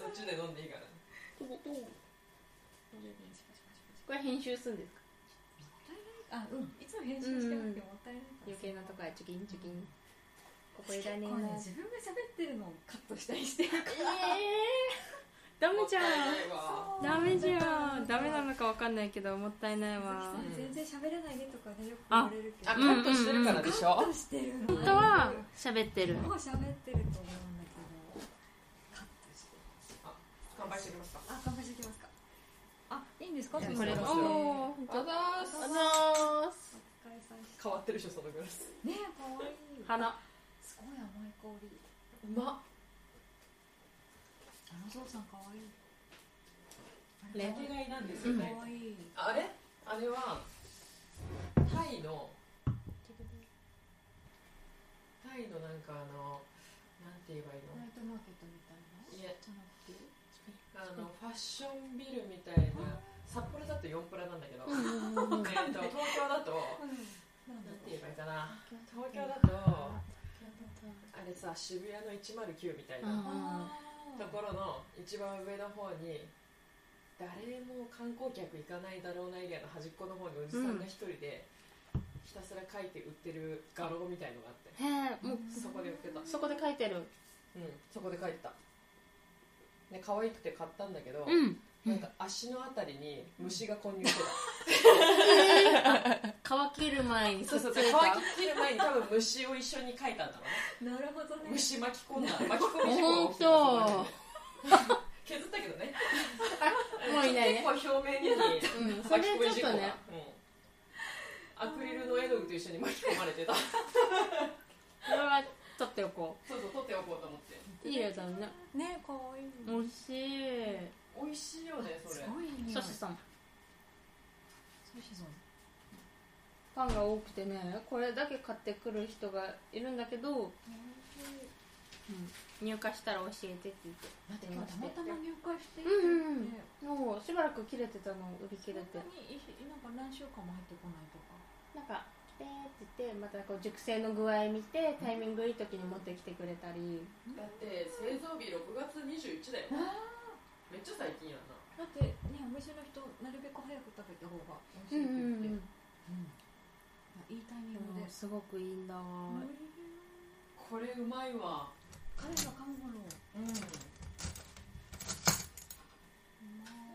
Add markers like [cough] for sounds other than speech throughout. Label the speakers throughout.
Speaker 1: で飲んでいいかな
Speaker 2: ここここれ編集するんですか
Speaker 3: あうんいつも編集してなくてもったいないか
Speaker 2: 余
Speaker 3: ら
Speaker 2: 計なとこはチュキンチュキンここい
Speaker 3: 結
Speaker 2: らねえ
Speaker 3: 構
Speaker 2: な
Speaker 3: ね自分が喋ってるのをカットしたりしてるから
Speaker 2: ダメじゃん
Speaker 1: えわ
Speaker 2: ダメじゃんダメなのかわかんないけどもったいないわ
Speaker 3: 鈴木さん全然喋らないでとかねよく言
Speaker 2: あ
Speaker 3: われるけど
Speaker 1: あカットしてるからでしょ
Speaker 3: カットしてるの
Speaker 2: 本当は喋ってる
Speaker 3: もう喋ってると思うんだけどカットしてる
Speaker 1: 乾杯してきますか
Speaker 3: あ乾杯していきますかあいいんですか
Speaker 1: いいです
Speaker 2: これ
Speaker 1: よ
Speaker 2: お
Speaker 3: お
Speaker 1: そ
Speaker 2: ー
Speaker 3: 疲れ
Speaker 1: う
Speaker 2: 本当
Speaker 1: あ
Speaker 2: だ
Speaker 1: ざーす
Speaker 2: す
Speaker 3: さ
Speaker 1: 変
Speaker 3: ん
Speaker 1: わってるでしょそのグラス
Speaker 3: ねえかわいい
Speaker 2: 花
Speaker 3: すごい甘い香り
Speaker 1: うまっ
Speaker 3: あのゾウさんかわいいあ
Speaker 2: レ
Speaker 3: れ
Speaker 1: お
Speaker 2: モ
Speaker 3: か
Speaker 1: 願いなんです
Speaker 2: う
Speaker 1: よ
Speaker 2: ん
Speaker 1: ね
Speaker 3: わいい
Speaker 1: あれあれはタイのタイのなんかあのなんて言えばいいの
Speaker 3: ナイトマーケットみたいない
Speaker 1: や
Speaker 3: じゃなくて
Speaker 1: あのファッションビルみたいな札幌だと4プラなんだけど、えー、と東京だと
Speaker 3: うんなん
Speaker 1: なん
Speaker 3: だろ
Speaker 1: て
Speaker 3: う
Speaker 1: 言えばいいかな東京だとあれさ渋谷の109みたいな
Speaker 2: あ
Speaker 1: ところの一番上の方に誰も観光客行かないだろうなエリアの端っこの方におじさんが一人でひたすら書いて売ってる画廊みたいのがあって
Speaker 2: ーへえもう
Speaker 1: そこで売ってた
Speaker 2: そこで書いてる
Speaker 1: うんそこで書いてたで可愛くて買ったんだけど、
Speaker 2: うん
Speaker 1: なんか足のあたりに虫が混入してた
Speaker 2: [laughs] 乾きる前に
Speaker 1: そうそう
Speaker 2: くっついた
Speaker 1: 乾ききる前に多分虫を一緒に描いたんだろう
Speaker 3: なるほど
Speaker 1: ね
Speaker 3: ね
Speaker 1: 虫巻き込
Speaker 2: [laughs]
Speaker 1: んだ巻き込み事故が
Speaker 2: 本
Speaker 1: 起き
Speaker 2: 当
Speaker 1: たそこでね [laughs] 削ったけどね
Speaker 2: もういないね
Speaker 1: 結構表面に巻き
Speaker 2: うんそれ
Speaker 1: 込み事
Speaker 2: ち
Speaker 1: 故
Speaker 2: ょっ
Speaker 1: が、
Speaker 2: とね
Speaker 1: うん、アクリルの絵の具と一緒に巻き込まれてた
Speaker 2: これは取っておこ
Speaker 1: そうそう取っておこうと思って
Speaker 2: ういいやつだね
Speaker 3: ねかわいい
Speaker 2: 美味しい
Speaker 1: 美味しいよねそ
Speaker 3: す
Speaker 1: れ
Speaker 3: ごい匂い
Speaker 2: ソシさん
Speaker 3: ソシさん
Speaker 2: パンが多くてねこれだけ買ってくる人がいるんだけど、入荷したら教えてって言って
Speaker 3: 待って今たまたま入会して
Speaker 2: うんうん
Speaker 3: ね
Speaker 2: もうしばらく切れてたの売り切
Speaker 3: そん
Speaker 2: れ
Speaker 3: な
Speaker 2: て
Speaker 3: にいなんか何週間も入ってこないとか
Speaker 2: なんかペーって言ってまたこう熟成の具合見てタイミングいい時に持ってきてくれたり
Speaker 1: だって製造日6月21だよめっちゃ最近やな
Speaker 3: だってねお店の人なるべく早く食べた方が美味しいって言って、うんいやいいタイミング
Speaker 2: も
Speaker 3: で
Speaker 2: うすごくいいんだわ
Speaker 1: これうまいわ
Speaker 3: 彼の看護の
Speaker 1: うん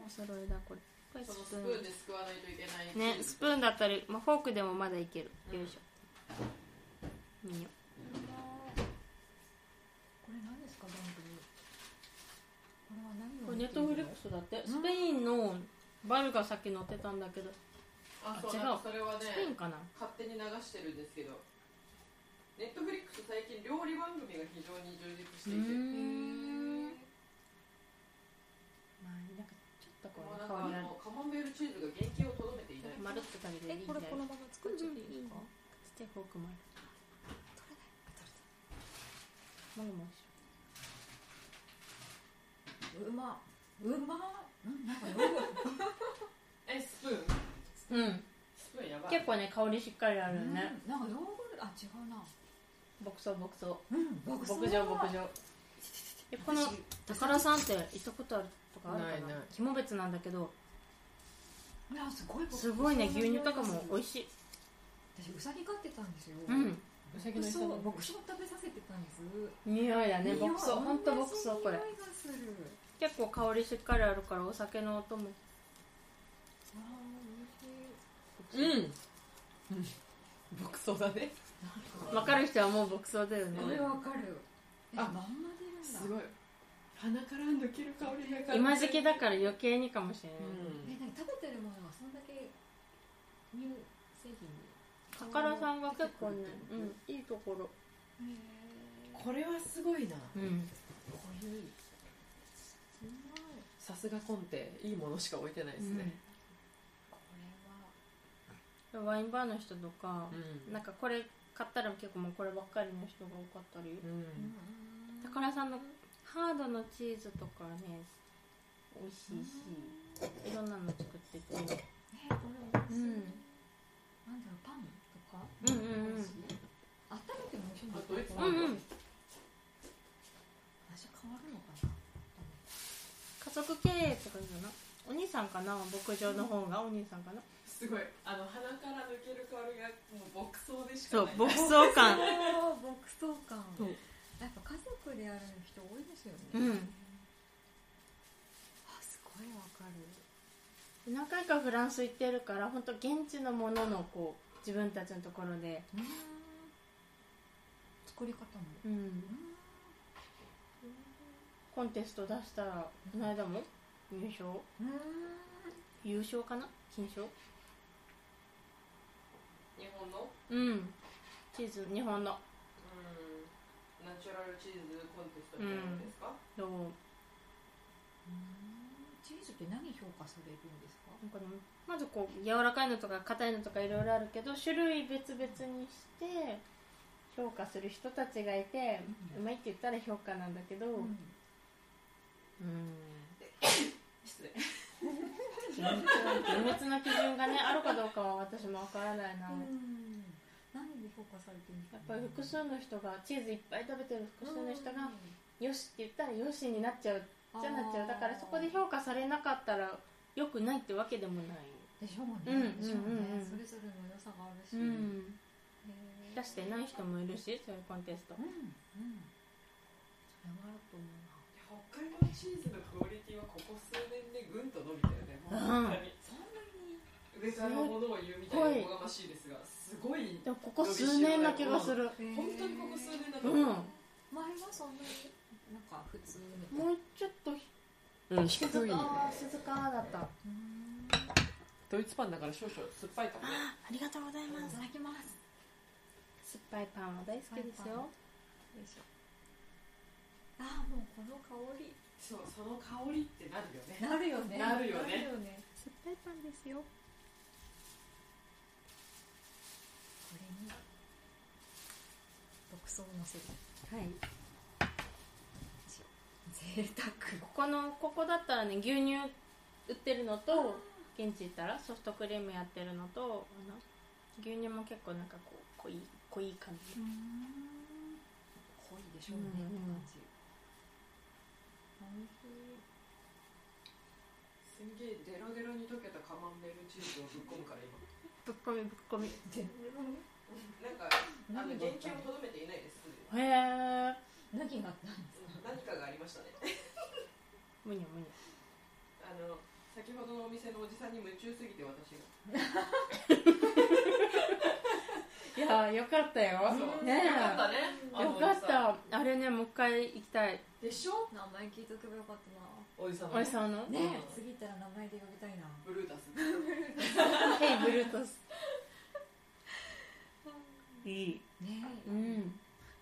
Speaker 2: お揃いだこれこれ
Speaker 1: そのス
Speaker 2: スプ
Speaker 1: プ
Speaker 2: ー
Speaker 1: ーンですくわないといけないし
Speaker 2: ンねスプーンだったり、まあ、フォークでもまだいける
Speaker 1: うん
Speaker 2: よいしょ見よ
Speaker 3: これ何ですか番組これは何
Speaker 2: これ
Speaker 3: を
Speaker 2: ネッ
Speaker 3: 見て
Speaker 2: ト
Speaker 3: い
Speaker 2: フ
Speaker 3: る
Speaker 2: リックスだってスペインのバルがさっき載ってたんだけど
Speaker 1: あそう
Speaker 2: 違う
Speaker 1: なんかそれは
Speaker 2: スペイン
Speaker 1: ね
Speaker 2: かな
Speaker 1: 勝手に流してるんですけどネットフリックス最近料理番組が非常に充実していて
Speaker 2: んまあなんかちょっとこ
Speaker 1: もうなんかあ
Speaker 2: う変わらない
Speaker 1: のカマンベールチーズが原型をとどめていない
Speaker 2: まるっと食べていいん
Speaker 3: え
Speaker 2: だ
Speaker 3: こ
Speaker 2: よ
Speaker 3: れこのまま作っちゃっていいです
Speaker 2: う
Speaker 3: か
Speaker 2: んちっちゃいフォークもあるもぐもぐし
Speaker 3: うまうまなんかよく
Speaker 1: えスプーン
Speaker 2: ょうん
Speaker 1: スプーンやばい
Speaker 2: 結構ね香りしっかりあるよね
Speaker 3: うんなんかヨーグルトあ違うな
Speaker 2: 牧草牧草
Speaker 3: うん
Speaker 2: 牧場牧場えこの宝さんって行ったことあるとかあるか
Speaker 1: な
Speaker 2: な
Speaker 1: いない
Speaker 2: 肝別なんだけど
Speaker 3: いやすごい
Speaker 2: すごいね牛乳とかも美味
Speaker 3: しい
Speaker 2: しい
Speaker 3: 私ウサギ飼ってたんですよ
Speaker 2: うん
Speaker 1: う
Speaker 3: 牧草牧草食べさせてたんです
Speaker 2: 匂いだね牧草
Speaker 3: いや
Speaker 2: ほんと牧草
Speaker 3: 同じ
Speaker 2: これ
Speaker 3: 匂いがする
Speaker 2: 結構香りしっかりあるからお酒のお供
Speaker 3: わあ美味しい
Speaker 1: うん牧草だね
Speaker 2: 分かる人はもう牧草だよね
Speaker 3: これわかるえ
Speaker 1: あ
Speaker 3: まんま出るんだ
Speaker 1: すごい鼻から抜ける香りが
Speaker 2: 今時期だからら余計にかもしれない、
Speaker 3: えなんか食べてるものがそんだけ乳製品に
Speaker 2: 宝さんが結構ね、うん、いいところ、
Speaker 3: へえ
Speaker 1: これはすごいな
Speaker 2: うん、
Speaker 3: 濃いすごい
Speaker 1: さすがコンテいいものしか置いてないですね
Speaker 3: これ
Speaker 2: ワインバーの人とか
Speaker 1: う、ん
Speaker 2: なんかこれ買ったら結構もうこればっかりの人が多かったり
Speaker 1: う
Speaker 3: は
Speaker 1: ん
Speaker 2: 宝さんのハードのチーズとかね美味しいしいろんなの作ってて
Speaker 3: えこれ美味しい
Speaker 2: うん
Speaker 3: なんだろうパンとか
Speaker 2: うんうんうん
Speaker 3: 美味しい温めても美味し
Speaker 1: あドイツ
Speaker 2: うんうん
Speaker 3: いんだ味変わるのかな
Speaker 2: 族経営とかいうのお兄さんかな牧場の方がお兄さんかな、
Speaker 1: すごいあの鼻から抜ける香りがもう牧草でし
Speaker 2: そ
Speaker 1: か
Speaker 2: [laughs] う
Speaker 1: ない
Speaker 2: 牧草感
Speaker 3: 牧草感
Speaker 2: そう
Speaker 3: やっぱ家族でやる人多いですよ
Speaker 2: う
Speaker 3: ね、
Speaker 2: ん
Speaker 3: あすごいわかる
Speaker 2: 何回かフランス行ってるから本当現地のもののこう自分たちのところで
Speaker 3: うん作り方も
Speaker 2: うんコンテスト出したらこの間も入賞
Speaker 3: うん
Speaker 2: 優勝かな金賞
Speaker 1: 日本の
Speaker 2: うんチーズ日本の
Speaker 1: うんナチュラルチーズコンテストみたいなのですか、
Speaker 2: どう
Speaker 3: チーズって何評価されるんですか
Speaker 2: なんかねまずこう柔らかいのとか硬いのとかいろいろあるけど種類別々にして評価する人たちがいてうまいって言ったら評価なんだけどう
Speaker 3: うん
Speaker 2: ん
Speaker 1: 失礼
Speaker 2: 厳密な基準がねあるかどうかは私もわからないな、
Speaker 3: 何で評価されてるんですか
Speaker 2: やっぱり複数の人がチーズいっぱい食べてる複数の人がよしって言ったらよしになっちゃうじゃなっちゃうだからそこで
Speaker 3: 価
Speaker 2: 評価されなかったら良くないってわけでもない
Speaker 3: でしょうね、
Speaker 2: うん
Speaker 3: でしょうね、
Speaker 2: うんうんうん
Speaker 3: それぞれの良さがあるし、へー
Speaker 2: 出してない人もいるしそういうコンテスト
Speaker 3: うんうんそれはあると思うな
Speaker 1: 北海道チーズのクオリティはここ数年でぐんと伸びたよねもう本当に
Speaker 3: そんなに
Speaker 1: 上からのものを言うみたいなおこがましいですがすごい
Speaker 2: でもここ数年な気がする
Speaker 1: 本当にここ数年だと
Speaker 2: う
Speaker 1: 思う、
Speaker 2: ん
Speaker 3: 前はそんなになんか普通みたいな
Speaker 2: もうちょっと
Speaker 1: うん、
Speaker 2: 静か静かだったあ
Speaker 3: うん
Speaker 1: ドイツパンだから少々酸っぱいかもね
Speaker 2: りがとうござい
Speaker 3: いただきます
Speaker 2: 酸っぱいパンは大好きですよ
Speaker 3: よいしょあーもうこの香り
Speaker 1: そうその香りってなるよね
Speaker 3: なるよ
Speaker 1: な
Speaker 3: ね
Speaker 1: るよね
Speaker 3: なるよね
Speaker 2: 酸っぱいパンですよ
Speaker 3: これに独創を乗せる
Speaker 2: はい
Speaker 3: 贅沢
Speaker 2: ここのここだったらね牛乳売ってるのと現地行ったらソフトクリームやってるのとあの牛乳も結構なんかこう濃い濃い感じ
Speaker 3: うん濃いでしょうね、
Speaker 2: うんうん
Speaker 3: 感じ美
Speaker 1: すんげえデロデロに溶けたカマンベールチーズをぶっ込むから今
Speaker 2: ぶっこみぶっこみ
Speaker 3: 味しい
Speaker 1: なんかあの
Speaker 3: 何
Speaker 1: 原
Speaker 3: があっ
Speaker 1: 型
Speaker 3: た
Speaker 1: を
Speaker 3: の
Speaker 1: とどめていないです
Speaker 2: へえ
Speaker 3: 何があったんですか
Speaker 1: 何かがありましたね
Speaker 2: むにゃむに
Speaker 1: あの先ほどのお店のおじさんに夢中すぎて私が
Speaker 2: ゃいやーよかったよ
Speaker 1: そう
Speaker 2: ね
Speaker 1: よかったねあ
Speaker 2: よ
Speaker 1: の
Speaker 2: かっ
Speaker 1: おじさん
Speaker 2: たあれねもう一回行きたい
Speaker 1: でしょ
Speaker 3: 名前聞いとけばよかったな
Speaker 1: おじさん
Speaker 2: お
Speaker 1: の
Speaker 2: じ
Speaker 1: ね
Speaker 2: さんの
Speaker 1: ね
Speaker 3: ねえ次行ったら名前で呼びたいな
Speaker 1: ブルータス
Speaker 2: 「ヘイブルートス」いい
Speaker 3: ねえ、
Speaker 2: うん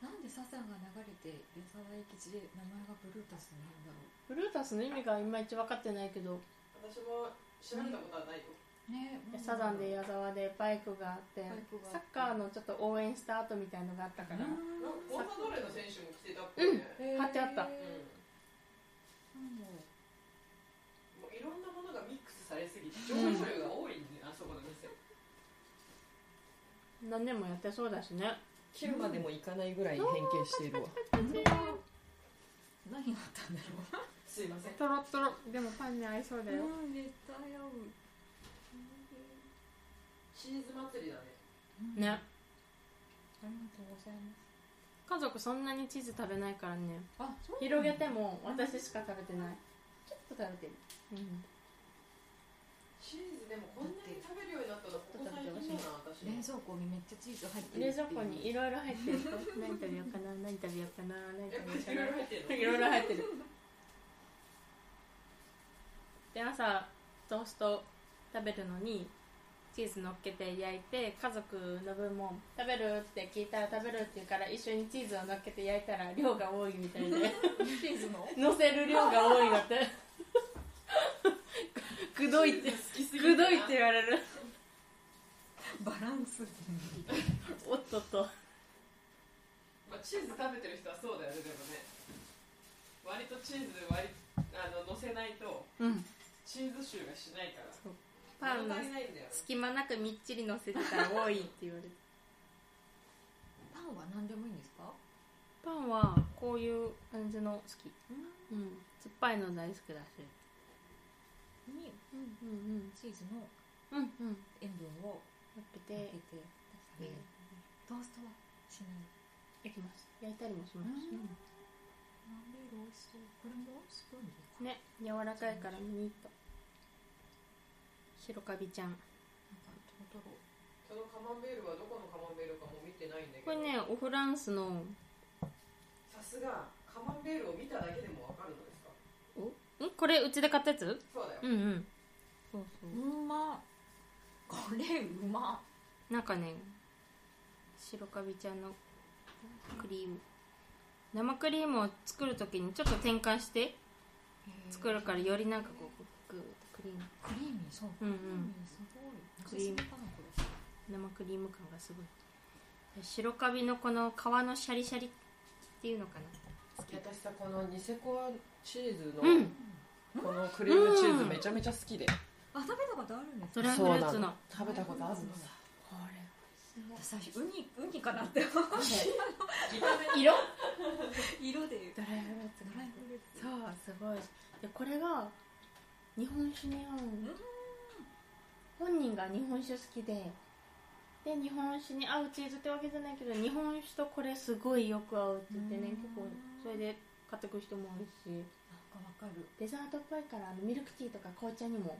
Speaker 3: なんでサザンが流れて矢沢永吉で名前がブルータスになるんだろう
Speaker 2: ブルータスの意味がいまいち分かってないけど
Speaker 1: 私も調べたことはないよ
Speaker 3: ねえ
Speaker 2: サザンで矢沢でバイクがあって
Speaker 3: バイクがあ
Speaker 2: サッ
Speaker 3: って
Speaker 2: カーのちょっと応援した後みたいのがあったか
Speaker 1: な
Speaker 2: ら
Speaker 1: ん
Speaker 3: う
Speaker 1: か女奴隷の選手も来てたっぽいね
Speaker 3: んへえ
Speaker 2: 貼ってあった
Speaker 1: うん
Speaker 3: なんだ
Speaker 1: もう
Speaker 3: ろう
Speaker 1: いろんなものがミックスされすぎて情報量が多いんで、あそこの店
Speaker 2: 何年もやってそうだしね
Speaker 1: 切るまでもいかないぐらいに変形しているわ
Speaker 3: 何があったんだろう
Speaker 1: すいません
Speaker 2: トロトロでもパンに合いそうだよ
Speaker 3: うん絶対合う
Speaker 1: チーズ祭りだね
Speaker 3: ね
Speaker 2: ね
Speaker 3: ありがとうございます
Speaker 2: 家族そんなにチーズ食べないからね
Speaker 3: あそう
Speaker 2: 広げても私しか食べてないちょっと食べてるうん
Speaker 1: チーズでもこんなに食べるようになったのここ最近だな私
Speaker 3: 冷蔵庫にめっちゃチーズ入ってる
Speaker 2: 冷蔵庫にいろいろ入ってる何食べようかな何食べようかな
Speaker 1: や
Speaker 2: 何
Speaker 1: っぱ
Speaker 2: 食
Speaker 1: りい
Speaker 2: べ
Speaker 1: ろいう
Speaker 2: よ
Speaker 1: ろ
Speaker 2: か
Speaker 1: 入ってるの
Speaker 2: ないろいろ入ってるで朝トースト食べるのにチーズ乗っけて焼いて家族の分も食べるって聞いたら食べるって言うから一緒にチーズを乗っけて焼いたら量が多いみ [laughs] たいで
Speaker 3: チーズの [laughs]
Speaker 2: 乗せる量が多いんだって [laughs] くどいって
Speaker 1: 好きすぎ
Speaker 2: く
Speaker 1: る
Speaker 2: ど
Speaker 1: ない
Speaker 2: って言われる
Speaker 3: バランス
Speaker 2: おっとっと
Speaker 1: まあ、チーズ食べてる人はそうだよねでもね割とチーズ割りあの乗せないと
Speaker 2: うん
Speaker 1: チーズ臭がしないから
Speaker 2: パンの
Speaker 1: 物足りないんだよ
Speaker 2: 隙間なくみっちり乗せてたら多いって言われる
Speaker 3: パンは何でもいいんですか
Speaker 2: パンはこういう感じの好き、
Speaker 3: うん
Speaker 2: うん、酸っぱいの大好きだし
Speaker 3: に
Speaker 2: うんうん
Speaker 3: チーズの
Speaker 2: うんうんうん
Speaker 3: 塩分を
Speaker 2: 乗っけ
Speaker 3: かけ
Speaker 2: て
Speaker 3: て食べるトーストはしない
Speaker 2: いきます焼いたりもします
Speaker 3: うなんで美味しそうこれもスプーンで
Speaker 2: うんね柔らかいからミニッと白カビちゃん
Speaker 3: なんかトロト
Speaker 1: その
Speaker 3: ロ
Speaker 1: カマンベールはどこのカマンベールかも見てないんだけど
Speaker 2: これねオフランスの
Speaker 1: さすがカマンベールを見ただけでもわかるのですか
Speaker 2: んこれうちで買ったやつ
Speaker 1: そうだよ、
Speaker 2: うんうんそうそう
Speaker 3: まこれうま
Speaker 2: うなんかね白カビちゃんのクリーム生クリームを作るときにちょっと転換して作るからよりなんかこうグーッとクリーム
Speaker 3: クリーミーそう
Speaker 2: うんう
Speaker 3: クリーミ
Speaker 2: んクリーム
Speaker 3: ーすごいおすすめかなこれ
Speaker 2: 生クリーム感がすごい白カビのこの皮のシャリシャリっていうのか
Speaker 1: 私さこのニセコアチーズの、
Speaker 2: なう
Speaker 1: この
Speaker 2: ん
Speaker 1: クリームチーズめちゃめちゃ好きで、
Speaker 3: あ食べたことあるんです
Speaker 2: ドライフルーツの
Speaker 1: 食べたことあるのさ
Speaker 2: こ
Speaker 3: 私ウニウニかなって思って
Speaker 2: れ色
Speaker 3: 色で
Speaker 2: ドライフルーツ
Speaker 3: ドライフルーツ
Speaker 2: そうすごいでこれが日本酒に合う本人が日本酒好きでで日本酒に合うチーズってわけじゃないけど日本酒とこれすごいよく合うって言ってね
Speaker 3: うん
Speaker 2: 結構それで買ってく人も多いし
Speaker 3: なんかわかる
Speaker 2: デザートっぽいからあのミルクティーとか紅茶にも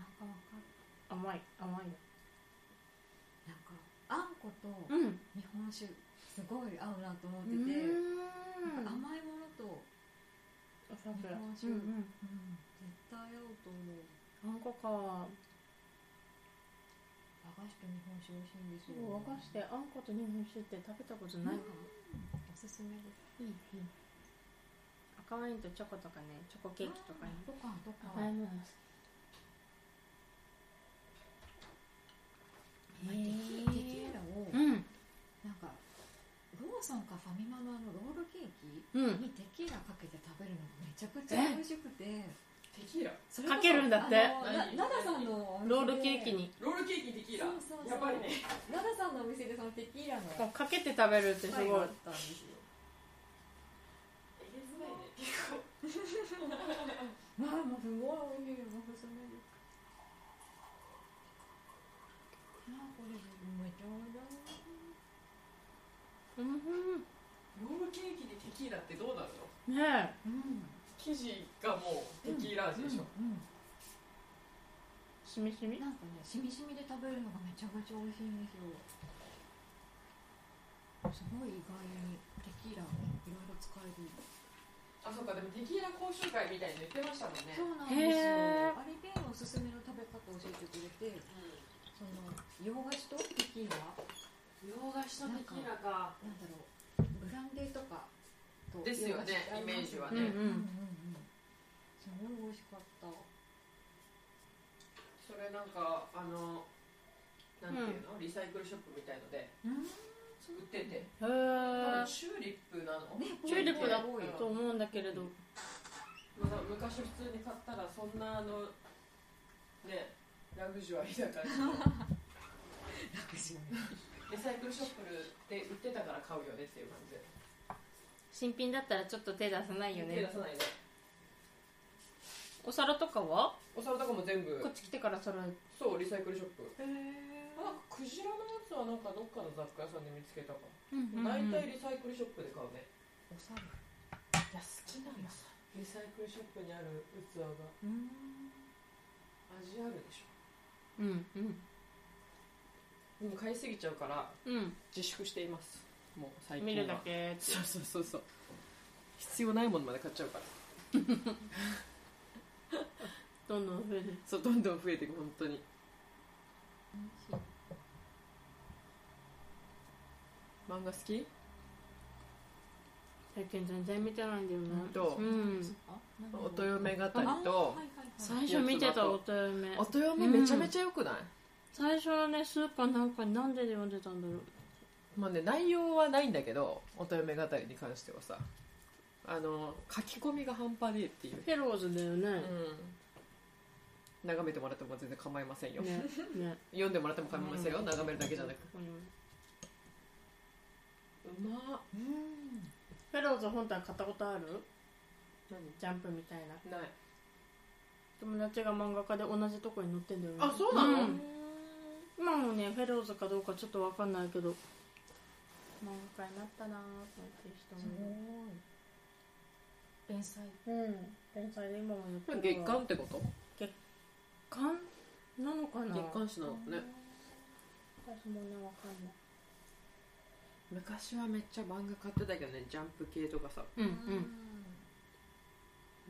Speaker 3: なんかわかる
Speaker 2: 甘い甘い
Speaker 3: なんかあんこと
Speaker 2: のうん
Speaker 3: 日本酒すごい合うなと思っ
Speaker 2: う
Speaker 3: て
Speaker 2: ーん
Speaker 3: てなんか甘いものと、
Speaker 2: お桜
Speaker 3: 日本酒
Speaker 2: うんうん
Speaker 3: うん、絶対合うと思う
Speaker 2: 何個か
Speaker 3: 和菓子と日本酒美味し
Speaker 2: そ
Speaker 3: いんですよ
Speaker 2: う和菓子であんこと日本酒って食べたことないかも、
Speaker 3: おすすめです
Speaker 2: いいいい赤ワインとチョコとかねチョコケーキとかに
Speaker 3: とかとか
Speaker 2: 甘いもの好
Speaker 3: まあ
Speaker 2: へー
Speaker 3: テキテキーラを
Speaker 2: きうん
Speaker 3: なんかローソンかファミマのあのロールケーキ
Speaker 2: うん
Speaker 3: にテキーラかけて食べるのがめちゃくちゃ美味しくて
Speaker 1: テキーラ
Speaker 3: それこそ
Speaker 2: かけるんだって
Speaker 3: あのな
Speaker 1: 何
Speaker 3: 奈々さんのお店で
Speaker 2: ロールケーキに
Speaker 1: ロールケーキにテキーラ
Speaker 3: そうそうそう
Speaker 1: やっぱりね
Speaker 3: 奈々さんのお店でそのテキーラの
Speaker 2: こうかけて食べるってすごい
Speaker 3: 会があったんですよ
Speaker 1: えげつないね結構
Speaker 3: まあもうすごい美味しいよおすすめですあこれめっちゃ美味し
Speaker 2: うん
Speaker 1: ロールケーキでテキーラってどうなるの
Speaker 2: ねえ
Speaker 3: いうん
Speaker 1: 生地がもうテキーラ味でしょ、
Speaker 3: うん
Speaker 2: しみしみ
Speaker 3: なんかねしみしみで食べるのがめちゃくちゃ美味しいんですよすごい意外にテキーラをいろいろ使える
Speaker 1: あそうかでもテキーラ講習会みたいに言ってましたもんね
Speaker 3: そうなん
Speaker 2: ですよ
Speaker 3: ですよアリベンおすすめの食べ方を教えてく
Speaker 1: う
Speaker 3: れてその洋菓子とテキーラ
Speaker 1: ん洋菓子とテキーラか
Speaker 3: なんだろうブランデーとかと
Speaker 1: ですよね
Speaker 3: 洋菓子って合いますよ
Speaker 1: イメージはね
Speaker 2: うんう
Speaker 3: うんうん
Speaker 2: ん
Speaker 3: うんすごい美味しかった
Speaker 1: それなんかあのなんていうの、リサイクルショップみたいので
Speaker 3: うん
Speaker 1: 売ってて、
Speaker 2: へえ
Speaker 1: チューリップなの、
Speaker 3: ね
Speaker 2: チューリップだ
Speaker 3: 多い
Speaker 2: と思うんだけれど
Speaker 1: まあ昔普通に買ったらそんなあのねラグジュアリーな感じの
Speaker 3: 楽し
Speaker 1: リ
Speaker 3: み
Speaker 1: サイクルショップで売ってたから買うよねっていう感じで
Speaker 2: 新品だったらちょっと手出さないよ
Speaker 1: 手
Speaker 2: ね
Speaker 1: 出さないで
Speaker 2: お皿とかは
Speaker 1: お皿とかも全部
Speaker 2: こっち来てから揃え
Speaker 1: そうリサイクルショップ
Speaker 3: へえ
Speaker 1: なんかクジラのやつはなんかどっかの雑貨屋さんで見つけたか
Speaker 2: うんうんうん
Speaker 1: 大体リサイクルショップで買うね
Speaker 3: お皿
Speaker 1: いや好きなんだリサイクルショップにある器が
Speaker 3: うん
Speaker 1: 味あるでしょ
Speaker 2: うんうん
Speaker 1: でも買いすぎちゃうから
Speaker 2: うん
Speaker 1: 自粛していますもう最近は
Speaker 2: 見るだけ
Speaker 1: そうそうそうそう必要ないものまで買っちゃうから
Speaker 2: どんどん増える
Speaker 1: そうどんどん増えていく本当に漫画好き
Speaker 2: 最近全然見てないんだよね
Speaker 1: 本当
Speaker 2: うん
Speaker 1: 音嫁語り
Speaker 3: あはい
Speaker 1: と
Speaker 3: はいはい
Speaker 2: 最初見てた音嫁
Speaker 1: 音嫁めちゃめちゃ良くない、
Speaker 2: 最初のねスーパーなんかになんで読んでたんだろう
Speaker 1: まあね内容はないんだけど音嫁語りに関してはさあの書き込みが半端ねえっていう、
Speaker 2: フェローズだよ
Speaker 1: う
Speaker 2: ね
Speaker 1: ん、眺めてもらっても全然構いませんよ、
Speaker 2: ねね
Speaker 1: 読んでもらっても構いませんよ、
Speaker 2: うん
Speaker 1: 眺めるだけじゃなくうまっ
Speaker 3: うん
Speaker 2: フェローズ本体買ったことある
Speaker 1: 何
Speaker 2: ジャンプみたいな
Speaker 1: ない
Speaker 2: 友達が漫画家で同じとこに載ってんだよね
Speaker 4: あそうなの、
Speaker 2: ん今もねフェローズかどうかちょっとわかんないけど漫画家になったなーと思ってる人もいる
Speaker 3: 連載
Speaker 2: うん連載で今もやっ
Speaker 1: こ
Speaker 2: てる
Speaker 1: れ
Speaker 2: から
Speaker 1: 月刊ってこと
Speaker 2: 刊なのかな
Speaker 1: 月刊誌なのね
Speaker 2: 私もねわかんない
Speaker 1: 昔はめっちゃ漫画買ってたけどねジャンプ系とかさ
Speaker 2: うん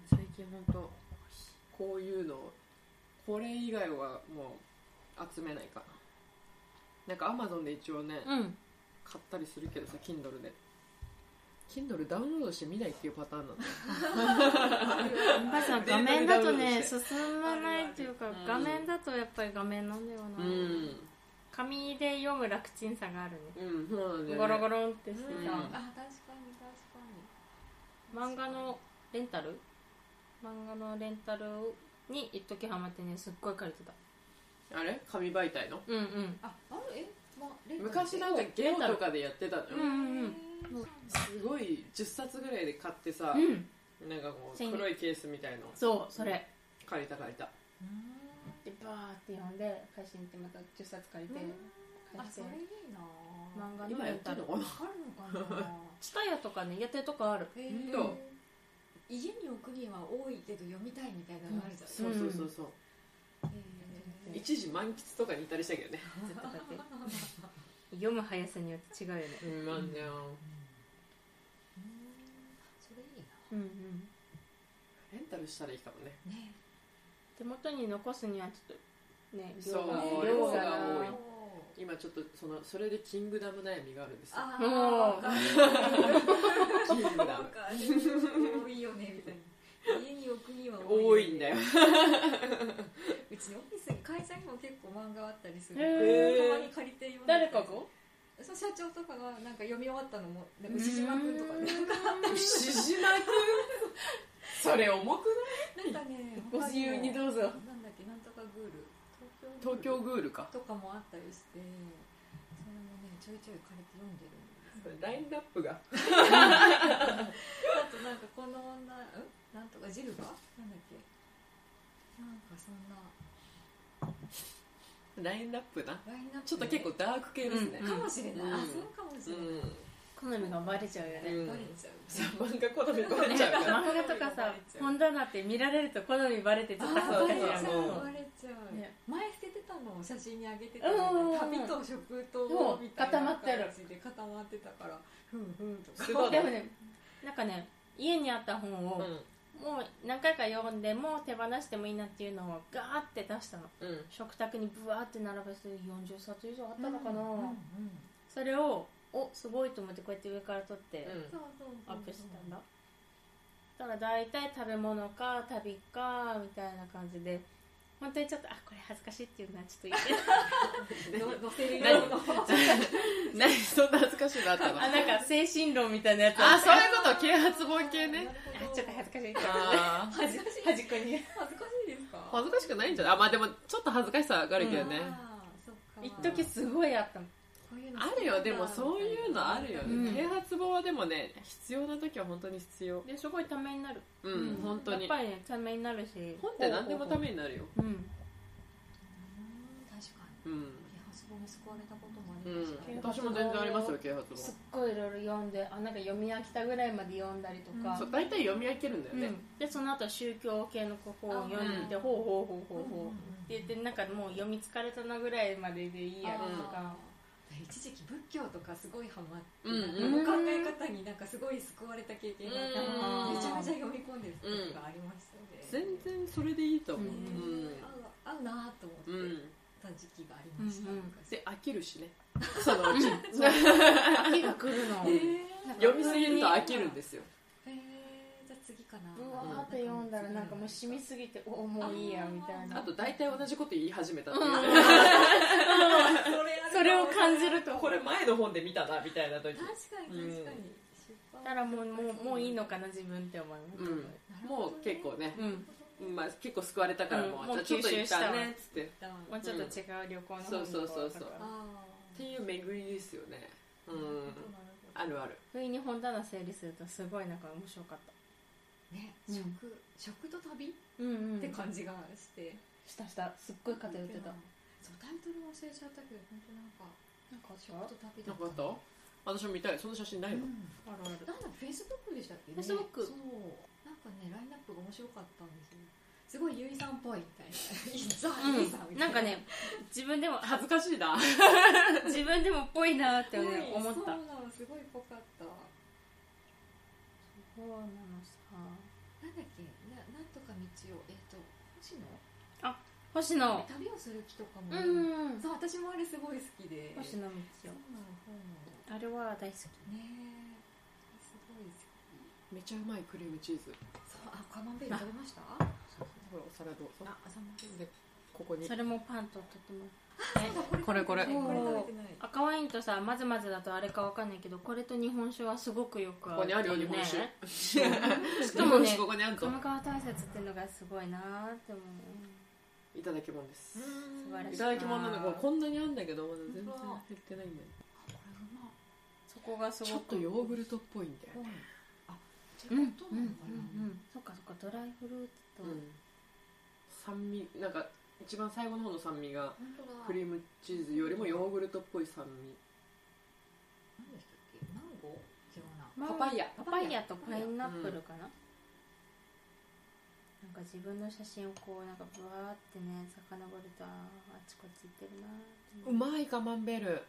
Speaker 1: 最近ほんとこういうのこれ以外はもう集めないかななんかアマゾンで一応ね、
Speaker 2: うんうん
Speaker 1: 買ったりするけどさ Kindle で Kindle ダウンロードして見ないっていうパターンなの
Speaker 2: やっぱりさ画面だと
Speaker 1: 電
Speaker 2: ね
Speaker 1: 動
Speaker 2: 進まないっていうか
Speaker 1: うん
Speaker 2: 画面だとやっぱり画面なんだよな、
Speaker 1: うん
Speaker 2: 紙で読む楽ちんさがある
Speaker 1: うんそうなんだよ
Speaker 2: ね
Speaker 1: ね
Speaker 2: ゴロゴロンってして
Speaker 1: うん
Speaker 2: さ、
Speaker 3: あ確かに確かに
Speaker 2: 漫画のレンタル漫画のレンタルに一時ハマってねすっごい借りてた
Speaker 1: あれ紙媒体の
Speaker 2: うんうん
Speaker 3: ああるえまあレンタル
Speaker 1: 昔なんかゲオとかでやってたのよ、
Speaker 2: うんうんうん
Speaker 1: すごい10冊ぐらいで買ってさ、
Speaker 2: うん
Speaker 1: なんかこう
Speaker 2: 千円
Speaker 1: 黒いケースみたいの
Speaker 2: そうそれ
Speaker 1: 借りた借りた
Speaker 2: でバーって読んで会社に行ってまた10冊借りて
Speaker 3: あ
Speaker 2: 返し
Speaker 3: そ
Speaker 2: て
Speaker 3: れいいな
Speaker 2: 漫画の
Speaker 1: 今
Speaker 2: レ
Speaker 1: や
Speaker 2: ン
Speaker 1: って
Speaker 2: タ
Speaker 1: るの
Speaker 2: ル
Speaker 1: かな
Speaker 3: あるのかな
Speaker 2: ツタヤとかねやってるとこある
Speaker 3: へ
Speaker 1: うん
Speaker 3: ー
Speaker 1: と
Speaker 3: 家に置くには多いけど読みたいみたいなのがあるじゃん
Speaker 1: そうそうそうそう、
Speaker 3: へー
Speaker 1: 一時満喫とかに行ったりしたけどね
Speaker 2: ずっとこうやって [laughs] 読む速さによって違うよね
Speaker 1: うんまあね
Speaker 3: それいいな
Speaker 2: うんうん
Speaker 1: レンタルしたらいいかもね
Speaker 3: ね
Speaker 2: 手元に残すにはちょっとね量
Speaker 1: そう
Speaker 2: が
Speaker 1: ね
Speaker 2: 量
Speaker 1: 量
Speaker 2: が
Speaker 1: が
Speaker 2: な
Speaker 1: 多い今ちょっとそのそれでキングダム悩みがあるんですよ
Speaker 3: あ
Speaker 2: もう
Speaker 1: キングダ
Speaker 3: あなん
Speaker 1: ム
Speaker 3: か多いよねみたいな家に置くには
Speaker 1: 多いんだ
Speaker 3: よ
Speaker 1: よ
Speaker 3: うちのオフィスに会社にも結構漫画あったりする
Speaker 2: へ
Speaker 1: ー
Speaker 3: たまに借りて読んで
Speaker 2: 誰かが
Speaker 3: そう社長とかがなんか読み終わったのもなんか牛島君とかね
Speaker 1: 牛島君 [laughs] それ重く
Speaker 3: なんかね
Speaker 2: ご自由にどうぞ
Speaker 3: なんだっけなんとかグール
Speaker 1: ない東京グールか
Speaker 3: とかもあったりしてそれもねちょいちょい借りて読んでる
Speaker 1: ラインナップが
Speaker 3: あとなんかこの女うんなんとかジルバなんだっけなんかそんな
Speaker 1: ラインナップな
Speaker 3: ラインナップ
Speaker 1: ちょっと結構ダーク系ですね
Speaker 2: うん
Speaker 3: かもしれない、
Speaker 1: うん
Speaker 3: あそうかも
Speaker 1: う
Speaker 3: しれない、
Speaker 1: ん
Speaker 2: 好みがバレちゃうよね
Speaker 1: うん
Speaker 3: バレちゃう
Speaker 1: さ漫画好みバレ
Speaker 2: ね
Speaker 1: ちゃうから
Speaker 2: 漫画とかさ本棚って見られると好みバレてちょっと恥
Speaker 3: あ
Speaker 2: ずか
Speaker 3: ーバ
Speaker 2: しい
Speaker 3: レち
Speaker 2: や
Speaker 3: ゃ
Speaker 2: ん
Speaker 3: うバレちゃう、
Speaker 2: ね
Speaker 3: 前捨ててたのを写真にあげてたの
Speaker 2: うんうんうん
Speaker 3: 旅と食とみたいな
Speaker 2: そう固まってる
Speaker 3: 感じで固まってたからふんふんとか
Speaker 1: すごい
Speaker 2: でもねなんかね家にあった本を
Speaker 1: う
Speaker 2: もう何回か読んでもう手放してもいいなっていうのをガーって出したの
Speaker 1: んうん
Speaker 2: 食卓にブワーって並べて40冊以上あったのかな、
Speaker 3: うんうんうん
Speaker 2: それをおすごいと思ってこうやって上から撮って
Speaker 3: そうそうそう
Speaker 2: アップしたんだ、だから大体食べ物か旅かみたいな感じで本当にちょっとあこれ恥ずかしいっていうのはちょっと
Speaker 1: [laughs]
Speaker 2: 言って
Speaker 3: の載せるような
Speaker 1: うん何そんな恥ずかしいのあったの
Speaker 2: あなんか精神論みたいなやつ
Speaker 1: あそう
Speaker 2: あ
Speaker 1: いうこと啓発本系ね
Speaker 2: ちょっと恥ずかしいから
Speaker 1: あー
Speaker 3: 恥ずかし
Speaker 2: 端っ
Speaker 3: い
Speaker 2: こに
Speaker 3: 恥ずかしいですか
Speaker 1: 恥ずかしくないんじゃないあまあでもちょっと恥ずかしさは上がるけどね、
Speaker 3: あーそっか
Speaker 2: 一時すごいあったの
Speaker 3: こういうの好
Speaker 1: あ
Speaker 3: きなんだ
Speaker 1: るよでもそういうのあるよね、
Speaker 2: うん
Speaker 1: 啓発本はでもね必要な時は本当に必要
Speaker 2: ですごいためになる
Speaker 1: うん、
Speaker 2: うん
Speaker 1: 本当
Speaker 2: や
Speaker 1: に
Speaker 2: っぱりねためになるし
Speaker 1: 本って何でもためになるよ
Speaker 2: うん
Speaker 3: うん確かに
Speaker 1: うん、
Speaker 3: いやそこに救われたこともあ
Speaker 1: う
Speaker 3: りま
Speaker 1: ん
Speaker 3: すから、
Speaker 1: 私も全然ありますよ啓発
Speaker 2: すっ
Speaker 1: 本
Speaker 2: ごいいろいろ読んであなんか読み飽きたぐらいまで読んだりとか、
Speaker 1: そう大体読み飽きるんだよ
Speaker 2: う
Speaker 1: ね、
Speaker 2: ん、でその後宗教系のここを読んで、
Speaker 3: うん
Speaker 2: ほうほうほうほうほう、
Speaker 3: うんうんうん
Speaker 2: って言ってなんかもう読み疲れたなぐらいまででいいやとか
Speaker 3: あー一時期仏教とかすごいハマって、
Speaker 1: うん
Speaker 2: うん
Speaker 3: 考え方になんかすごい救われた経験があ
Speaker 2: うん
Speaker 3: っためちゃめちゃ読み込んでる時がありましたね、
Speaker 1: 全然それでいいと思う、
Speaker 2: う
Speaker 3: 合う合うなーと思って
Speaker 1: うん、うん、
Speaker 3: た時期がありました、
Speaker 2: うんうん
Speaker 3: 昔
Speaker 1: で飽きるし [laughs] ねそのうち
Speaker 2: 秋が来
Speaker 1: [laughs]
Speaker 2: るの、なんか
Speaker 1: 読みすぎると飽きるんですよ
Speaker 3: えー、じゃあ次かな
Speaker 2: うわーって読んだらなんかもう
Speaker 3: [laughs]
Speaker 2: 染みすぎておもういいやみたいな
Speaker 1: あと大体同じこと言い始めたっていう、 [laughs]
Speaker 2: それを感じると
Speaker 1: これ前の本で見たなみたいな時
Speaker 3: 確かに確かに、出版
Speaker 2: だからもうもうもういいのかな自分って思います、
Speaker 1: うんもう結構ね、
Speaker 2: うん
Speaker 1: まあ、結構救われたからもう、
Speaker 2: うんもう
Speaker 1: じゃあちょっと一旦
Speaker 2: 吸収したわ
Speaker 1: ねっつってっ
Speaker 3: だ
Speaker 2: もうちょっと違う旅行の方に行こうとか、
Speaker 1: そうそうそうそう
Speaker 3: あ
Speaker 1: ていう巡りですよねうん
Speaker 3: ーなるほど
Speaker 1: あるある
Speaker 2: 不意に本棚整理するとすごいなんか面白かっ
Speaker 3: ね、
Speaker 2: うん
Speaker 3: 食食と旅っ
Speaker 2: うんうん
Speaker 3: て感じがして、
Speaker 2: したしたすっごい偏ってた
Speaker 3: そうタイトル忘れちゃったけど本当なんか
Speaker 2: なんか
Speaker 3: 食と旅
Speaker 1: な
Speaker 3: だ
Speaker 1: んかあった私も見たいその写真ない
Speaker 3: う
Speaker 1: の、
Speaker 3: ん
Speaker 2: あるある
Speaker 3: なんだフェイスブックでしたっけ、ね、
Speaker 2: Facebook
Speaker 3: そうなんかねラインナップが面白かったんですよすごいゆいさんっぽいみ
Speaker 2: [laughs]
Speaker 3: たいなザ・ゆいさ
Speaker 2: う
Speaker 3: ん
Speaker 2: ん、
Speaker 3: みたいな,、
Speaker 2: なんかね自分でも [laughs]
Speaker 1: 恥ずかしいな
Speaker 2: 自分でもっぽいなって、
Speaker 3: すごい
Speaker 2: ね、思っ
Speaker 3: そう
Speaker 2: た
Speaker 3: なのすごいぽかった
Speaker 2: そうなのさ
Speaker 3: なんだっけななんとか道をえっ、と星野
Speaker 2: 星野
Speaker 3: 旅をする気とかも、
Speaker 2: うんうんうん
Speaker 3: そう私もあれすごい好きで
Speaker 2: 星野道
Speaker 3: そうなのそうな
Speaker 2: 夫あれは大好
Speaker 3: のねえすごい好き
Speaker 1: めちゃうまいクリームチーズ
Speaker 3: そうあカマンベール食べましたあ
Speaker 1: ほらお皿どうぞ
Speaker 3: 朝まで
Speaker 1: でここ
Speaker 2: き
Speaker 1: に
Speaker 2: それもパンととても
Speaker 1: これこれ
Speaker 3: これ食べてない
Speaker 2: 赤ワインとさまずまずだとあれかわかんないけどこれと日本酒はすごくよく合う
Speaker 1: ここにあるよ
Speaker 2: って
Speaker 1: 日
Speaker 2: いう
Speaker 1: 本酒、
Speaker 2: ね
Speaker 1: し
Speaker 2: しかもね
Speaker 1: ここにあるぞ
Speaker 2: 鴨川大雪っていうのがすごいなーって思う
Speaker 1: いただき物です
Speaker 3: うん
Speaker 2: 素晴らし
Speaker 1: いただき物なんだこれこんなにあんだけどまだ全然
Speaker 3: 本当だ
Speaker 1: 減ってないんだよ
Speaker 3: これうまい
Speaker 2: そこがすごく
Speaker 1: ちょっとヨーグルトっぽいんだよね
Speaker 3: あっ
Speaker 2: う
Speaker 3: て
Speaker 2: んうん
Speaker 3: ことなのか
Speaker 2: うんう
Speaker 3: なん
Speaker 2: そっかそっかドライフルーツと、
Speaker 1: うん酸味なんか一番最後の方の酸味が
Speaker 3: 本当だ
Speaker 1: クリームチーズよりもヨーグルトっぽい酸
Speaker 3: 何でしたっけマンゴー違うな
Speaker 1: 味
Speaker 2: まあ
Speaker 1: パパイヤ
Speaker 2: パパイヤとパイナップルかな、なんか自分の写真をこうなんかブワーってね遡るとあーあちこち行ってるなーって
Speaker 1: うまいカマンベール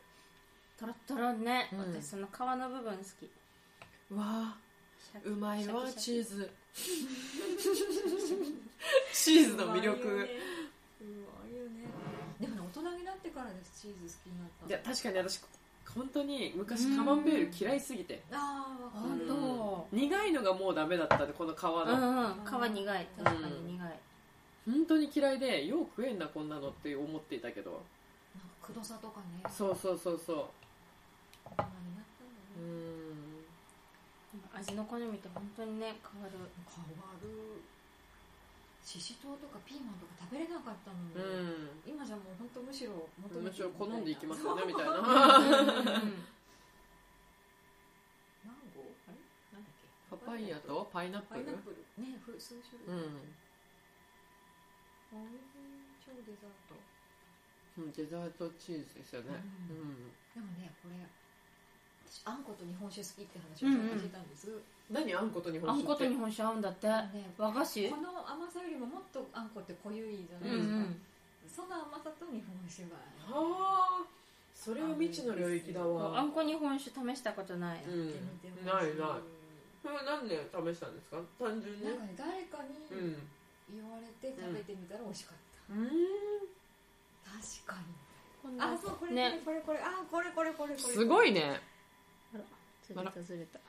Speaker 2: トロットロね、
Speaker 1: うん
Speaker 2: 私その皮の部分好きシ
Speaker 1: うわ
Speaker 2: ャキ
Speaker 1: ーうまいわ
Speaker 2: シャキ
Speaker 1: チ
Speaker 2: シャ
Speaker 1: ー
Speaker 2: [laughs]
Speaker 1: ズチーズの魅
Speaker 3: うまいよ
Speaker 1: 力
Speaker 3: ねうまいよねでもね大人になってからですチーズ好きになったの
Speaker 1: いや確かに私本当に
Speaker 2: う
Speaker 1: 昔
Speaker 2: ん
Speaker 1: カマンベール嫌いすぎて
Speaker 3: あーわか
Speaker 2: 本
Speaker 3: る
Speaker 2: 当
Speaker 1: うん苦いのがもうダメだったんでこの皮の、
Speaker 2: キうんうん皮苦い確かに苦い、
Speaker 1: 本当に嫌いでよう食えんなこんなのって思っていたけど
Speaker 3: なんかくどさとかね
Speaker 1: そうそうそうそ
Speaker 3: 大人になったん
Speaker 1: ううん
Speaker 3: だね
Speaker 2: 味の好みって本当にね変わる
Speaker 3: 変わるししとうとかピーマンとか食べれなかった
Speaker 1: う
Speaker 3: のに
Speaker 1: ん
Speaker 3: 今じゃもう本当むしろ求
Speaker 1: む
Speaker 3: め
Speaker 1: して
Speaker 3: る
Speaker 1: ろ好
Speaker 3: みたいなん
Speaker 1: でいきます
Speaker 3: そう
Speaker 1: よねみたいな
Speaker 3: マンゴーあれなんだっけ
Speaker 1: パパイヤとパイナップ
Speaker 3: パイ
Speaker 1: ル
Speaker 3: ナップルねふ数種類、
Speaker 1: うん
Speaker 3: おいしい超デザート
Speaker 1: うんデザートチーズですよね
Speaker 3: う
Speaker 1: うん
Speaker 3: でもねこれ私あんこと日本酒好きって話をさっきしてたんです、
Speaker 1: 何あんこと日
Speaker 2: あ
Speaker 1: 本
Speaker 2: ん
Speaker 1: 酒
Speaker 2: こ
Speaker 1: っ
Speaker 2: と
Speaker 1: て
Speaker 2: 日本酒合うんだって
Speaker 3: でもね
Speaker 2: 和菓子
Speaker 3: この甘さよりももっとあんこって濃ゆいじゃ
Speaker 2: う
Speaker 3: なんいうで
Speaker 2: ん
Speaker 3: すか、その甘さと日本酒が
Speaker 1: はあそれは未知の領域だわ
Speaker 2: あんこ日本酒試したことな
Speaker 1: う
Speaker 2: い、
Speaker 3: や
Speaker 1: ん
Speaker 3: ってみてほし
Speaker 1: ない
Speaker 3: い
Speaker 1: ないそれは何で試したんですか単純に
Speaker 3: なんかね誰かに
Speaker 1: うんう
Speaker 3: 言われて食べてみたら美味しかった、
Speaker 1: ーん
Speaker 3: 確かに
Speaker 2: 今度
Speaker 3: あそうこれ、
Speaker 2: ね
Speaker 3: これこれこれあこれこれこれこれ
Speaker 1: すごいね
Speaker 2: ずれたずれた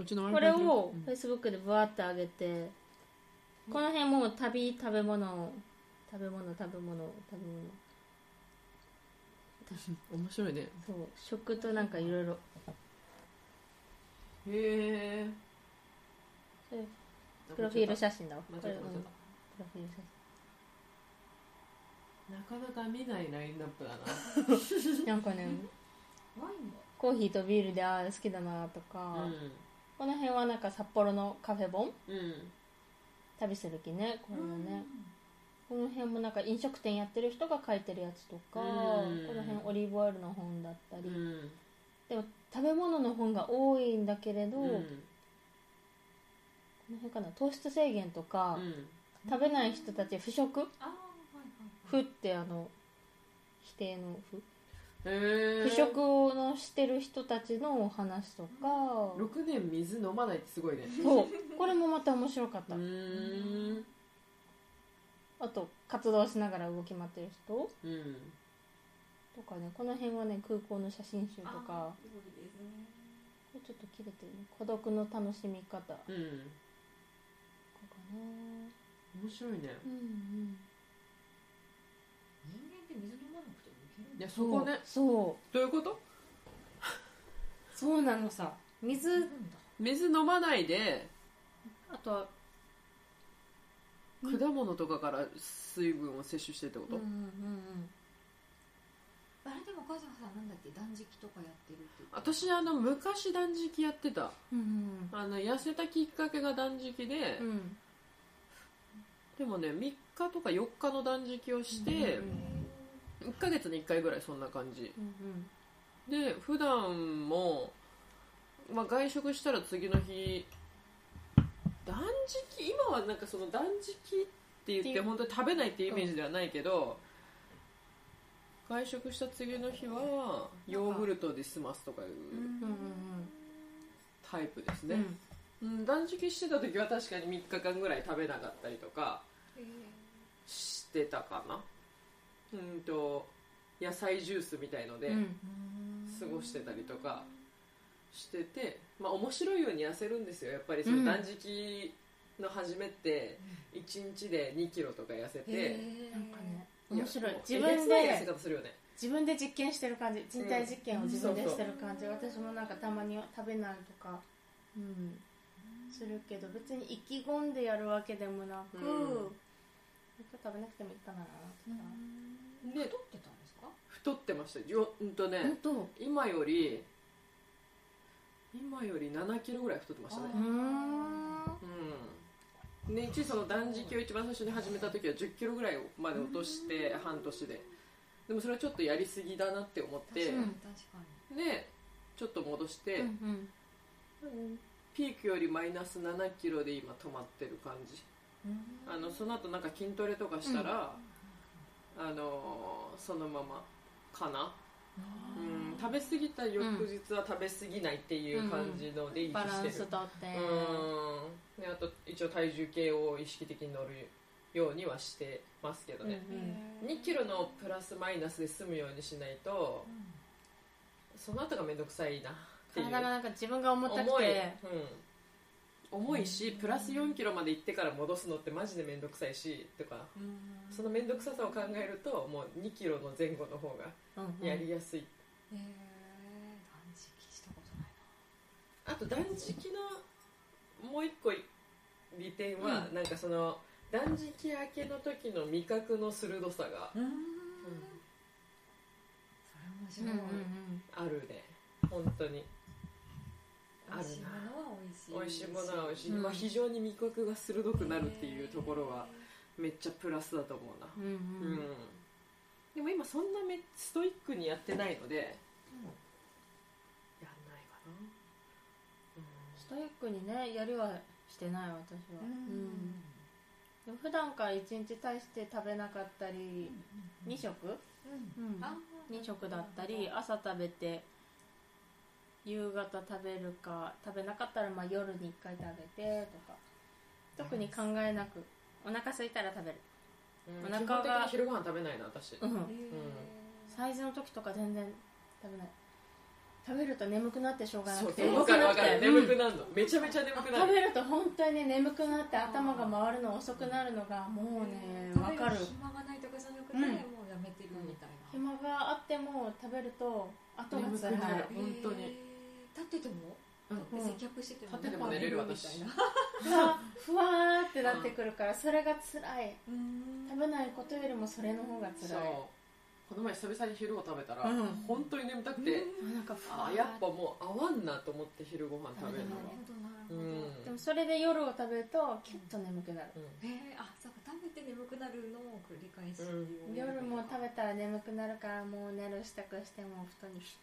Speaker 1: うちの
Speaker 2: これをフェイスブックでぶわってあげて、この辺もう旅食べ物食べ物食べ物食べ物
Speaker 1: 面白いね
Speaker 2: そう食となんかいろいろ
Speaker 1: へえ
Speaker 2: そういうプロフィール写真だわ
Speaker 1: 間違
Speaker 2: こ
Speaker 1: え
Speaker 2: れ
Speaker 1: た
Speaker 2: うん
Speaker 1: 間違え
Speaker 2: プロフィール写
Speaker 1: たなかなか見ないラインナップだな
Speaker 2: 真なんかね
Speaker 3: ワインも
Speaker 2: コーヒーとビールでああ好きだなとか、
Speaker 1: う
Speaker 2: この辺はなんか札幌のカフェ
Speaker 1: ん
Speaker 2: 本
Speaker 1: うん
Speaker 2: 旅する気ねこれはね、
Speaker 3: うん
Speaker 2: この辺もなんか飲食店やってる人が書いてるやつとか、
Speaker 1: うん
Speaker 2: この辺オリーブオイルの本だったり、
Speaker 1: うん
Speaker 2: でも食べ物の本が多いんだけれど、
Speaker 1: う
Speaker 2: この辺かな糖質制限とか、
Speaker 1: ん
Speaker 2: 食べない人たち不食
Speaker 3: あーはいはい
Speaker 2: 不ってあの否定の
Speaker 1: へえ
Speaker 2: 不不食をのしてる人たちのお話とか、
Speaker 1: 6年水飲まないってすごいね
Speaker 2: そうこれもまた面白かっ
Speaker 1: う
Speaker 2: た、
Speaker 1: ーん
Speaker 2: あと活動しながら動き回ってる人
Speaker 1: うん
Speaker 2: とかねこの辺はね空港の写真集と
Speaker 3: はい
Speaker 2: か
Speaker 3: あーすごいですね
Speaker 2: これちょっと切れてるね孤独の楽しみ方
Speaker 1: うん
Speaker 2: ここかね
Speaker 1: 面白いね
Speaker 2: うんうん
Speaker 3: 人間って水飲まなくてもいけるん
Speaker 1: い
Speaker 3: だ
Speaker 1: やそこね
Speaker 2: そう
Speaker 1: どういうこと
Speaker 2: そうなのさ水
Speaker 3: なんだ
Speaker 1: 水飲まないで
Speaker 2: あとは
Speaker 1: 果物とかから水分を摂取してってこ
Speaker 2: う
Speaker 1: と
Speaker 2: んうんうんうん
Speaker 3: あれでも春日さんなんだっけ断食とかやってるって言って
Speaker 1: 私あの昔断食やってた
Speaker 2: うん
Speaker 1: あの痩せたきっかけが断食で、
Speaker 2: うん
Speaker 1: でもね3日とか4日の断食をして、1ヶ月に1回ぐらいそんな感じ
Speaker 2: うん
Speaker 1: で普段も、まあ、外食したら次の日断食今はなんかその断食って言って本当に食べないっていうイメージではないけど、外食した次の日はヨーグルトで済ますとかいう
Speaker 2: うんうん
Speaker 1: タイプです
Speaker 2: うんう
Speaker 1: ね、
Speaker 2: ん
Speaker 1: うん、断食してた時は確かに3日間ぐらい食べなかったりとか
Speaker 3: え
Speaker 1: してたかなうんと野菜ジュースみたいので、
Speaker 2: うん
Speaker 1: 過ごしてたりとかしてて、まあ、面白いように痩せるんですよやっぱりその断食の始めって1日で2キロとか痩せて、
Speaker 2: なんかね
Speaker 1: いや
Speaker 2: 面白い
Speaker 1: もう
Speaker 2: 自分
Speaker 1: えげつない痩
Speaker 2: で
Speaker 1: せ方するよね
Speaker 2: 自分で実験してる感じ人体実験を自分で
Speaker 1: うんそう
Speaker 2: し
Speaker 1: そ
Speaker 2: て
Speaker 1: う
Speaker 2: る感じ、私もなんかたまに食べないとか、うん、するけど別に意気込んでやるわけでもなく、
Speaker 1: うん
Speaker 2: 肉食べなくてもいいかなとか、
Speaker 1: で
Speaker 3: 太ってたんですか
Speaker 1: 太ってましたようんとね
Speaker 2: 当
Speaker 1: 今より今より7キロぐらい太ってましたね
Speaker 2: うーん
Speaker 1: うんで一時その断食を一番最初に始めた時は1 0キロぐらいまで落として半年ででもそれはちょっとやりすぎだなって思って
Speaker 3: 確かに確か
Speaker 1: でちょっと戻して、
Speaker 2: うんうん
Speaker 1: ピークよりマイナス7キロで今止まってる感じ
Speaker 3: に
Speaker 1: あのその後なんか筋トレとかしたら、あのーそのままかな、うん、食べ過ぎた翌日は食べ過ぎないっていう感じので維
Speaker 2: バ
Speaker 1: 持
Speaker 2: ラ
Speaker 1: して
Speaker 2: ン
Speaker 1: る
Speaker 2: スとって
Speaker 1: うんであと一応体重計を意識的に乗るようにはしてますけどね、2キロのプラスマイナスで済むようにしないとその後がめんどくさいなっていう
Speaker 2: 体がなんか自分が重たく
Speaker 1: 重い、うん
Speaker 2: て、
Speaker 1: 重いしプラス4キロまで行ってから戻すのってマジで面倒くさいしとかその面倒くささを考えるともう2キロの前後の方が
Speaker 2: うんうん
Speaker 1: やりやすい、
Speaker 3: ええ断食したことない
Speaker 1: あと断食のもう一個利点は、なんかその断食明けの時の味覚の鋭さが
Speaker 3: なうん
Speaker 1: うん
Speaker 3: そ
Speaker 2: うん
Speaker 3: れ
Speaker 2: うん
Speaker 3: 面白い
Speaker 1: あるね本当にあ
Speaker 3: 美味しい
Speaker 1: る
Speaker 3: も
Speaker 1: な
Speaker 3: のは美味し
Speaker 1: 美
Speaker 3: い
Speaker 1: 味しいものは美味しい、
Speaker 2: うん
Speaker 1: まあ、非常に味覚が鋭くなるっていうところはめっちゃプラスだと思うな、
Speaker 2: うんうんうんうん
Speaker 1: でも今そんなめストイックにやってないのでやんないかな、
Speaker 2: ストイックにねやりはしてない私は、
Speaker 3: う
Speaker 2: うん
Speaker 3: ん
Speaker 2: でも普段から1日対して食べなかったり、2食、
Speaker 3: うんあ
Speaker 2: 2食だったり朝食べて夕方食べるか食べなかったらまあ夜に1回食べてとか特に考えなくお腹空いたら食べる、
Speaker 1: うん
Speaker 2: お
Speaker 1: 基本
Speaker 2: 腹が
Speaker 1: 的に昼ご飯食べないな私、
Speaker 2: う
Speaker 3: へ
Speaker 2: ん、
Speaker 3: え
Speaker 2: サイズの時とか全然食べない食べると眠くなってしょうがな
Speaker 1: そ
Speaker 2: く
Speaker 1: う
Speaker 2: て
Speaker 1: 分かる
Speaker 2: 動
Speaker 1: 分か
Speaker 2: けなくて
Speaker 1: る眠くなるの、めちゃめちゃ眠くな
Speaker 2: 食
Speaker 1: る
Speaker 2: べると本当にね眠くなって頭が回るの遅くなるのがもうね分かる
Speaker 3: 食べ暇がないとかじゃなく
Speaker 2: う
Speaker 3: て、
Speaker 2: ん
Speaker 3: もうやめてるみたいな、
Speaker 2: 暇があっても食べると後がつらい
Speaker 1: 眠くなる本当に
Speaker 3: へー立ってて
Speaker 2: うん
Speaker 3: も、接客してても
Speaker 1: 立ってても寝れる私
Speaker 3: みたいな
Speaker 2: ふわふわーってなってくるからそれがつらい
Speaker 3: うん
Speaker 2: 食べないことよりもそれの方がつ
Speaker 1: そ
Speaker 2: ら
Speaker 1: う
Speaker 2: い
Speaker 1: この前久々に昼を食べたら、
Speaker 2: うん
Speaker 1: 本当に眠たくて、
Speaker 2: あなんかふわ
Speaker 1: あ
Speaker 2: ー
Speaker 1: やっぱもう合わんなと思って昼ご飯食べるのは
Speaker 2: 食、
Speaker 3: な
Speaker 1: うん
Speaker 3: るほどなるほど、
Speaker 2: でもそれで夜を食べるとキュッと眠くなる
Speaker 1: う
Speaker 3: へえあそうか食べて眠くなるのを繰り返し、
Speaker 1: う
Speaker 2: 夜も食べ
Speaker 3: て
Speaker 2: たら眠くなるからもう寝る支度しても布団にひ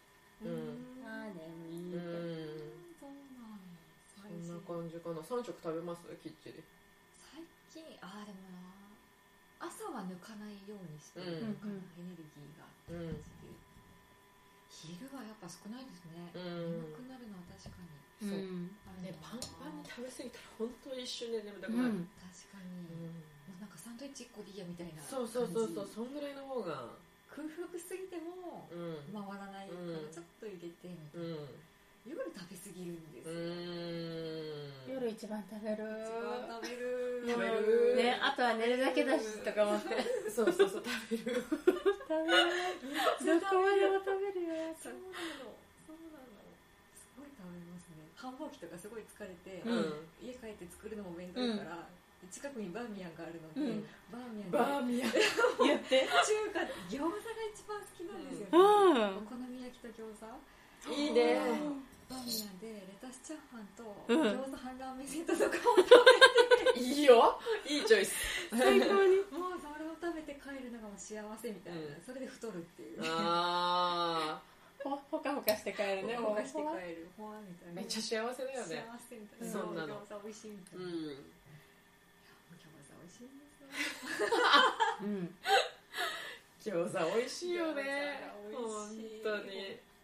Speaker 1: うん
Speaker 2: あー眠い
Speaker 1: ん、う
Speaker 2: みたいな、
Speaker 1: そ
Speaker 3: そうなんや
Speaker 1: んな感じかな3食食べますきっちり
Speaker 3: 最近あーでもな朝は抜かないようにして
Speaker 1: う
Speaker 3: る、
Speaker 1: ん
Speaker 3: 抜かないエネルギーが
Speaker 1: うん
Speaker 3: 感じで、昼はやっぱ少ないですね、
Speaker 1: うん
Speaker 3: 眠くなるのは確かに
Speaker 1: そう
Speaker 2: うん
Speaker 3: ある
Speaker 1: ね
Speaker 3: な
Speaker 1: パンパンに食べ過ぎたら本当に一瞬で眠たく
Speaker 2: う
Speaker 1: なる、
Speaker 2: ん
Speaker 3: 確かに、もうなんかサンドイッチ1個でいいやみたいな
Speaker 1: そうそうそうそうそ
Speaker 3: 感じ
Speaker 1: んぐらいの方が
Speaker 3: 空腹すぎても
Speaker 1: う
Speaker 3: 回
Speaker 1: ん
Speaker 3: らないから
Speaker 1: うん
Speaker 3: ちょっと入れてみたいな、
Speaker 1: うん
Speaker 3: 夜食べ過ぎるんです
Speaker 1: う
Speaker 3: よ、
Speaker 1: ん
Speaker 2: 夜一番食べる
Speaker 3: 一番食べる
Speaker 1: 食べる
Speaker 2: ねあとは寝るだけだしとか思って
Speaker 1: そうそうそう食べる
Speaker 2: 食べるどこまでも食べるよ
Speaker 3: そうなのそうなのすごい食べますね繁忙期とかすごい疲れて、
Speaker 2: うん
Speaker 3: 家帰って作るのも面倒だから、近くにバーミヤンがあるの
Speaker 2: う
Speaker 3: で、
Speaker 2: ん
Speaker 3: バーミヤンで
Speaker 4: バーミヤン
Speaker 2: 言って
Speaker 3: 中華餃子が一番好きなんですよ、
Speaker 2: うん
Speaker 3: ねお好み焼きと餃子
Speaker 4: いいね
Speaker 3: バーミヤンでレタスチャーハンと
Speaker 2: うん
Speaker 3: 餃子半ラーメンセットとかを、
Speaker 4: いいよいいチョイス
Speaker 2: 最高に
Speaker 3: もうそれを食べて帰るのがもう幸せみたいな、
Speaker 1: うん
Speaker 3: それで太るっていう
Speaker 1: あ
Speaker 2: ほほかほかして帰るね
Speaker 3: ほわして帰
Speaker 2: ほわ
Speaker 3: るほわみたい
Speaker 4: め
Speaker 3: な
Speaker 4: っちゃ幸せだよ
Speaker 3: 幸
Speaker 4: ね
Speaker 3: せみたいな
Speaker 1: そんなの
Speaker 3: 餃子美味しいみた
Speaker 1: ー
Speaker 3: い
Speaker 1: ん
Speaker 3: うな、餃子美味しいんですよ
Speaker 4: 餃
Speaker 1: [laughs]
Speaker 2: うん
Speaker 4: 子美味しいよね
Speaker 3: 餃子
Speaker 4: 本
Speaker 3: 美味しい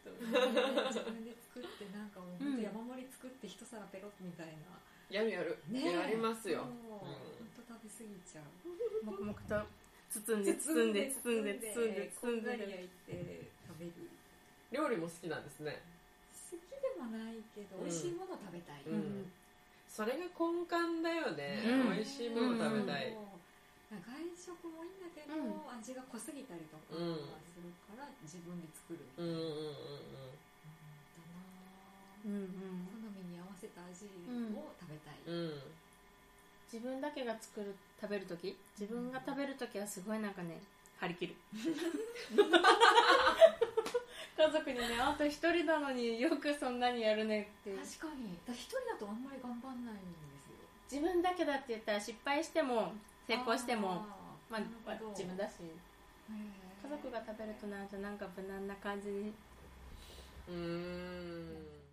Speaker 4: 当に
Speaker 3: 自分で作ってなんかもう
Speaker 2: うん
Speaker 3: 本当山盛り作って一皿ペロッみたいな
Speaker 1: やるやる
Speaker 3: ねえ
Speaker 1: やりますよ
Speaker 3: もう
Speaker 1: うん
Speaker 3: 本当食べ過ぎちゃう
Speaker 2: もくもくと包んで包んで包んで包んで
Speaker 3: こ
Speaker 2: 包ん
Speaker 3: んがり焼
Speaker 2: で
Speaker 3: いて食べる
Speaker 1: 料理も好きなんですね
Speaker 3: 好きでもないけど
Speaker 1: うん
Speaker 3: 美味しいもの食べたい、
Speaker 1: うんそれが根幹だよね
Speaker 2: うん
Speaker 1: 美味しいもの食べたい
Speaker 3: 外食もいいんだけど、
Speaker 2: う
Speaker 3: 味が濃すぎたりとか
Speaker 1: うん
Speaker 3: するから自分で作るんだ
Speaker 1: うんうんうんうん
Speaker 2: うん
Speaker 3: な
Speaker 2: うん
Speaker 3: 好みに合わせた味
Speaker 2: うん
Speaker 3: を食べたい、
Speaker 1: うん
Speaker 2: 自分だけが作る食べる時自分が食べる時はすごいなんかね張り切る家族にねあと一人なのによくそんなにやるねって
Speaker 3: 確かにだから一人だとあんまり頑張んないんですよ
Speaker 2: 自分だけだって言ったら失敗しても成功しても
Speaker 3: あー
Speaker 2: まあ
Speaker 3: なるほど
Speaker 2: まあ自分だし
Speaker 3: へー
Speaker 2: 家族が食べるとなるとなんか無難な感じに
Speaker 1: うーん